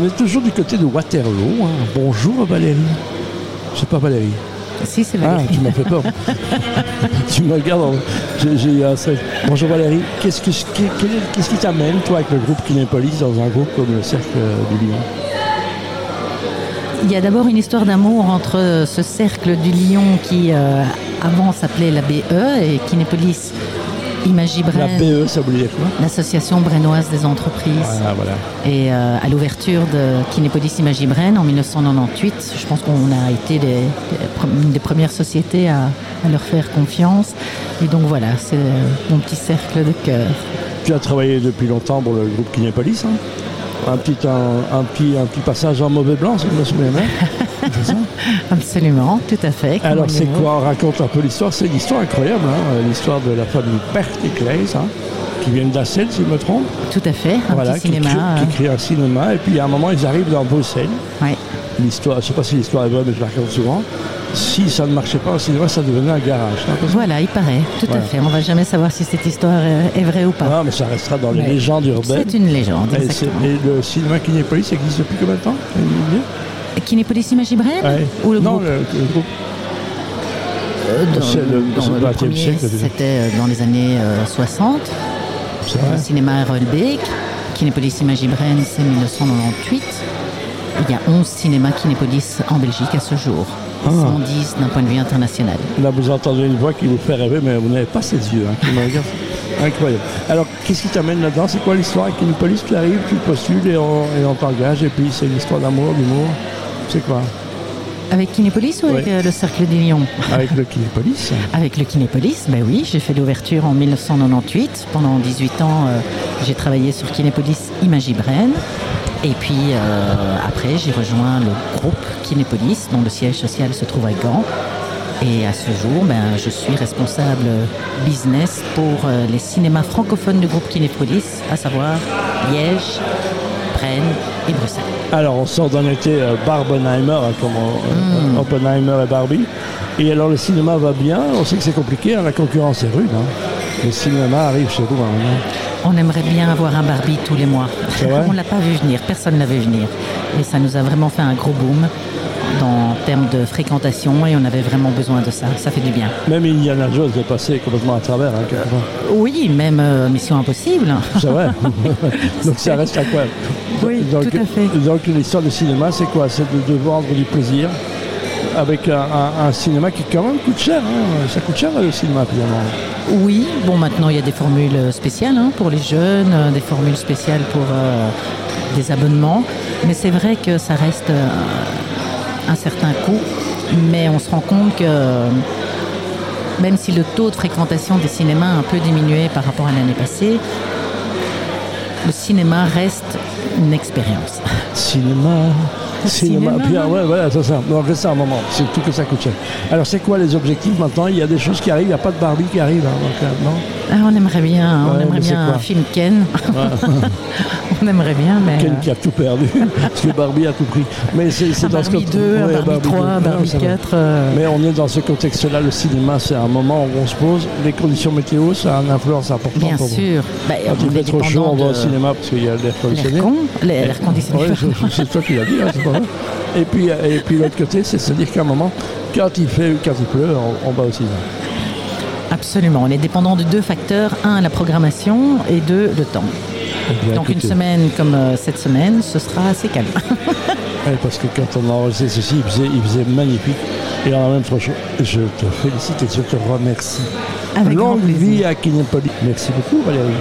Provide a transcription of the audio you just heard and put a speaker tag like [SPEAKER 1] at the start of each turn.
[SPEAKER 1] On est toujours du côté de Waterloo. hein. Bonjour Valérie. C'est pas Valérie.
[SPEAKER 2] Si, c'est
[SPEAKER 1] Ah,
[SPEAKER 2] Valérie.
[SPEAKER 1] tu m'as fait peur. tu me regardes. en- j'ai- j'ai eu un seul. Bonjour Valérie. Qu'est-ce que- qu'est- quel est- qu'est-ce qui t'amène, toi, avec le groupe Kinépolis, dans un groupe comme le Cercle euh, du Lion
[SPEAKER 2] Il y a d'abord une histoire d'amour entre euh, ce cercle du lion qui euh, avant s'appelait la BE et Kinépolis Imagi
[SPEAKER 1] La
[SPEAKER 2] Braine,
[SPEAKER 1] BE, ça voulait dire quoi
[SPEAKER 2] l'association brennoise des entreprises.
[SPEAKER 1] Voilà, voilà.
[SPEAKER 2] Et euh, à l'ouverture de Kinépolis Imagi Braine en 1998, je pense qu'on a été des- des pre- une des premières sociétés à, à leur faire confiance. Et donc voilà, c'est euh, mon petit cercle de cœur.
[SPEAKER 1] Tu as travaillé depuis longtemps pour le groupe Kinépolis. hein un, petit, un, un petit, un petit passage en mauvais blanc, si je me souviens bien. C'est ça
[SPEAKER 2] Absolument, tout à fait. comme
[SPEAKER 1] Alors
[SPEAKER 2] on
[SPEAKER 1] c'est
[SPEAKER 2] est.
[SPEAKER 1] quoi On raconte un peu l'histoire. C'est une histoire incroyable, hein, l'histoire de la famille Perticles, hein, qui viennent d'Assel, si je me trompe.
[SPEAKER 2] Tout à fait, un petit
[SPEAKER 1] qui,
[SPEAKER 2] cinéma.
[SPEAKER 1] crée, qui
[SPEAKER 2] euh,
[SPEAKER 1] crée un cinéma. Et puis à un moment, ils arrivent dans Bruxelles.
[SPEAKER 2] ouais.
[SPEAKER 1] L'histoire, je ne sais pas si l'histoire est vraie, mais je la raconte souvent. Si ça ne marchait pas au cinéma, ça devenait un garage. hein, C'est un peu ça.
[SPEAKER 2] Voilà, il paraît, tout
[SPEAKER 1] Voilà.
[SPEAKER 2] à fait. On va jamais savoir si cette histoire euh, est vraie ou pas.
[SPEAKER 1] Ah, ben, mais ça restera dans les
[SPEAKER 2] Ouais.
[SPEAKER 1] légendes urbaines.
[SPEAKER 2] C'est une légende,
[SPEAKER 1] Et, c'est-
[SPEAKER 2] exactement.
[SPEAKER 1] et le cinéma Kinépolis existe depuis combien de temps Une idée
[SPEAKER 2] Kinépolis Imagibraine
[SPEAKER 1] Ouais.
[SPEAKER 2] Ou le
[SPEAKER 1] Non,
[SPEAKER 2] groupe
[SPEAKER 1] le, le groupe.
[SPEAKER 2] Euh, dans-
[SPEAKER 1] c'est le-
[SPEAKER 2] dans
[SPEAKER 1] c'est le
[SPEAKER 2] le
[SPEAKER 1] 20e
[SPEAKER 2] premier,
[SPEAKER 1] siècle, déjà.
[SPEAKER 2] C'était euh, dans les années euh, 60,
[SPEAKER 1] C'est vrai.
[SPEAKER 2] le cinéma Harold Beck. Kinépolis Imagibraine, c'est 1998. Il y a 11 cinémas Kinépolis en Belgique à ce jour.
[SPEAKER 1] Ah.
[SPEAKER 2] 110 d'un point de vue international.
[SPEAKER 1] Là, vous entendez une voix qui vous fait rêver, mais vous n'avez pas ses yeux hein, qui me regardent. Incroyable. Alors, qu'est-ce qui t'amène là-dedans C'est quoi l'histoire avec une police qui arrive, tu postules et on, et on t'engage, et puis c'est une histoire d'amour, d'humour. C'est quoi
[SPEAKER 2] Avec Kinépolis ou avec
[SPEAKER 1] Ouais.
[SPEAKER 2] euh, le Cercle des Lions
[SPEAKER 1] Avec le Kinépolis
[SPEAKER 2] Avec le Kinépolis, ben oui, j'ai fait l'ouverture en 1998. Pendant 18 ans, euh, j'ai travaillé sur Kinépolis Imagibraine. Et puis euh, après, j'ai rejoint le groupe Kinépolis, dont le siège social se trouve à Gand. Et à ce jour, ben, je suis responsable business pour euh, les cinémas francophones du groupe Kinépolis, à savoir Liège, Braine et Bruxelles.
[SPEAKER 1] Alors, on sort d'un été euh, Barbenheimer, hein, comme on- euh, Oppenheimer et Barbie. Et alors, le cinéma va bien, on sait que c'est compliqué, hein, la concurrence est rude. hein. Le cinéma arrive chez vous hein, maintenant.
[SPEAKER 2] On aimerait bien avoir un Barbie tous les mois.
[SPEAKER 1] C'est vrai
[SPEAKER 2] On l'a pas vu venir, personne ne l'a vu venir. Et ça nous a vraiment fait un gros boom dans- en termes de fréquentation et on avait vraiment besoin de ça. Ça fait du bien.
[SPEAKER 1] Même Indiana Jones est passé complètement à travers. hein, carrément.
[SPEAKER 2] Oui, même euh, Mission Impossible.
[SPEAKER 1] C'est vrai. donc ça reste incroyable.
[SPEAKER 2] Oui,
[SPEAKER 1] donc,
[SPEAKER 2] tout à fait.
[SPEAKER 1] Donc l'histoire du cinéma, c'est quoi C'est de, de vendre du plaisir avec un, un- un cinéma qui quand même coûte cher. hein. Ça coûte cher le cinéma finalement.
[SPEAKER 2] Oui, bon maintenant il y a des formules spéciales hein, pour les jeunes, euh, des formules spéciales pour euh, des abonnements, mais c'est vrai que ça reste euh, un certain coût, mais on se rend compte que euh, même si le taux de fréquentation des cinémas a un peu diminué par rapport à l'année passée, le cinéma reste une expérience.
[SPEAKER 1] Cinéma. Cinéma.
[SPEAKER 2] Cinéma.
[SPEAKER 1] Puis, ah, ouais, voilà, c'est ça. Non, reste un moment. C'est tout que ça coûte cher. Alors c'est quoi les objectifs maintenant Il y a des choses qui arrivent. Il n'y a pas de Barbie qui arrive. hein, donc, euh, non
[SPEAKER 2] Ah, on aimerait bien, hein,
[SPEAKER 1] Ouais,
[SPEAKER 2] on aimerait
[SPEAKER 1] mais c'est
[SPEAKER 2] bien
[SPEAKER 1] quoi
[SPEAKER 2] un film Ken. on aimerait bien, mais
[SPEAKER 1] Ken
[SPEAKER 2] euh,
[SPEAKER 1] qui a tout perdu. parce que Barbie a tout pris. Mais c'est c'est
[SPEAKER 2] un
[SPEAKER 1] dans ce
[SPEAKER 2] Barbie 2, un
[SPEAKER 1] Ouais,
[SPEAKER 2] Barbie, 3, un
[SPEAKER 1] deux. Non,
[SPEAKER 2] Barbie
[SPEAKER 1] ça va.
[SPEAKER 2] 4. euh,
[SPEAKER 1] Mais on est dans ce contexte-là, le cinéma, c'est un moment où on se pose. Les conditions météo, ça a une influence importante
[SPEAKER 2] Bien
[SPEAKER 1] pour vous.
[SPEAKER 2] sûr. Bah,
[SPEAKER 1] Quand
[SPEAKER 2] on
[SPEAKER 1] il fait
[SPEAKER 2] est
[SPEAKER 1] trop chaud, on va
[SPEAKER 2] dépendant
[SPEAKER 1] au
[SPEAKER 2] de
[SPEAKER 1] cinéma parce qu'il y a l'air conditionné.
[SPEAKER 2] L'air con, l'air- l'air conditionné.
[SPEAKER 1] Ouais, je- je- c'est toi qui l'as dit, hein, c'est pas vrai. Et puis, euh, et puis l'autre côté, c'est se dire qu'à un moment, quand il fait, quand il pleut, on, on va au cinéma.
[SPEAKER 2] Absolument. On est dépendant de deux facteurs. Un, la programmation et deux, le temps.
[SPEAKER 1] Eh bien,
[SPEAKER 2] Donc une
[SPEAKER 1] écoutez,
[SPEAKER 2] semaine comme euh, cette semaine, ce sera assez calme.
[SPEAKER 1] ouais, eh, parce que quand on a enregistré ceci, il faisait, il faisait magnifique. Et on a même trop chaud. Je te félicite et je te remercie.
[SPEAKER 2] Avec grand
[SPEAKER 1] Longue
[SPEAKER 2] plaisir.
[SPEAKER 1] vie à Kinépolis. Merci beaucoup, Valérie.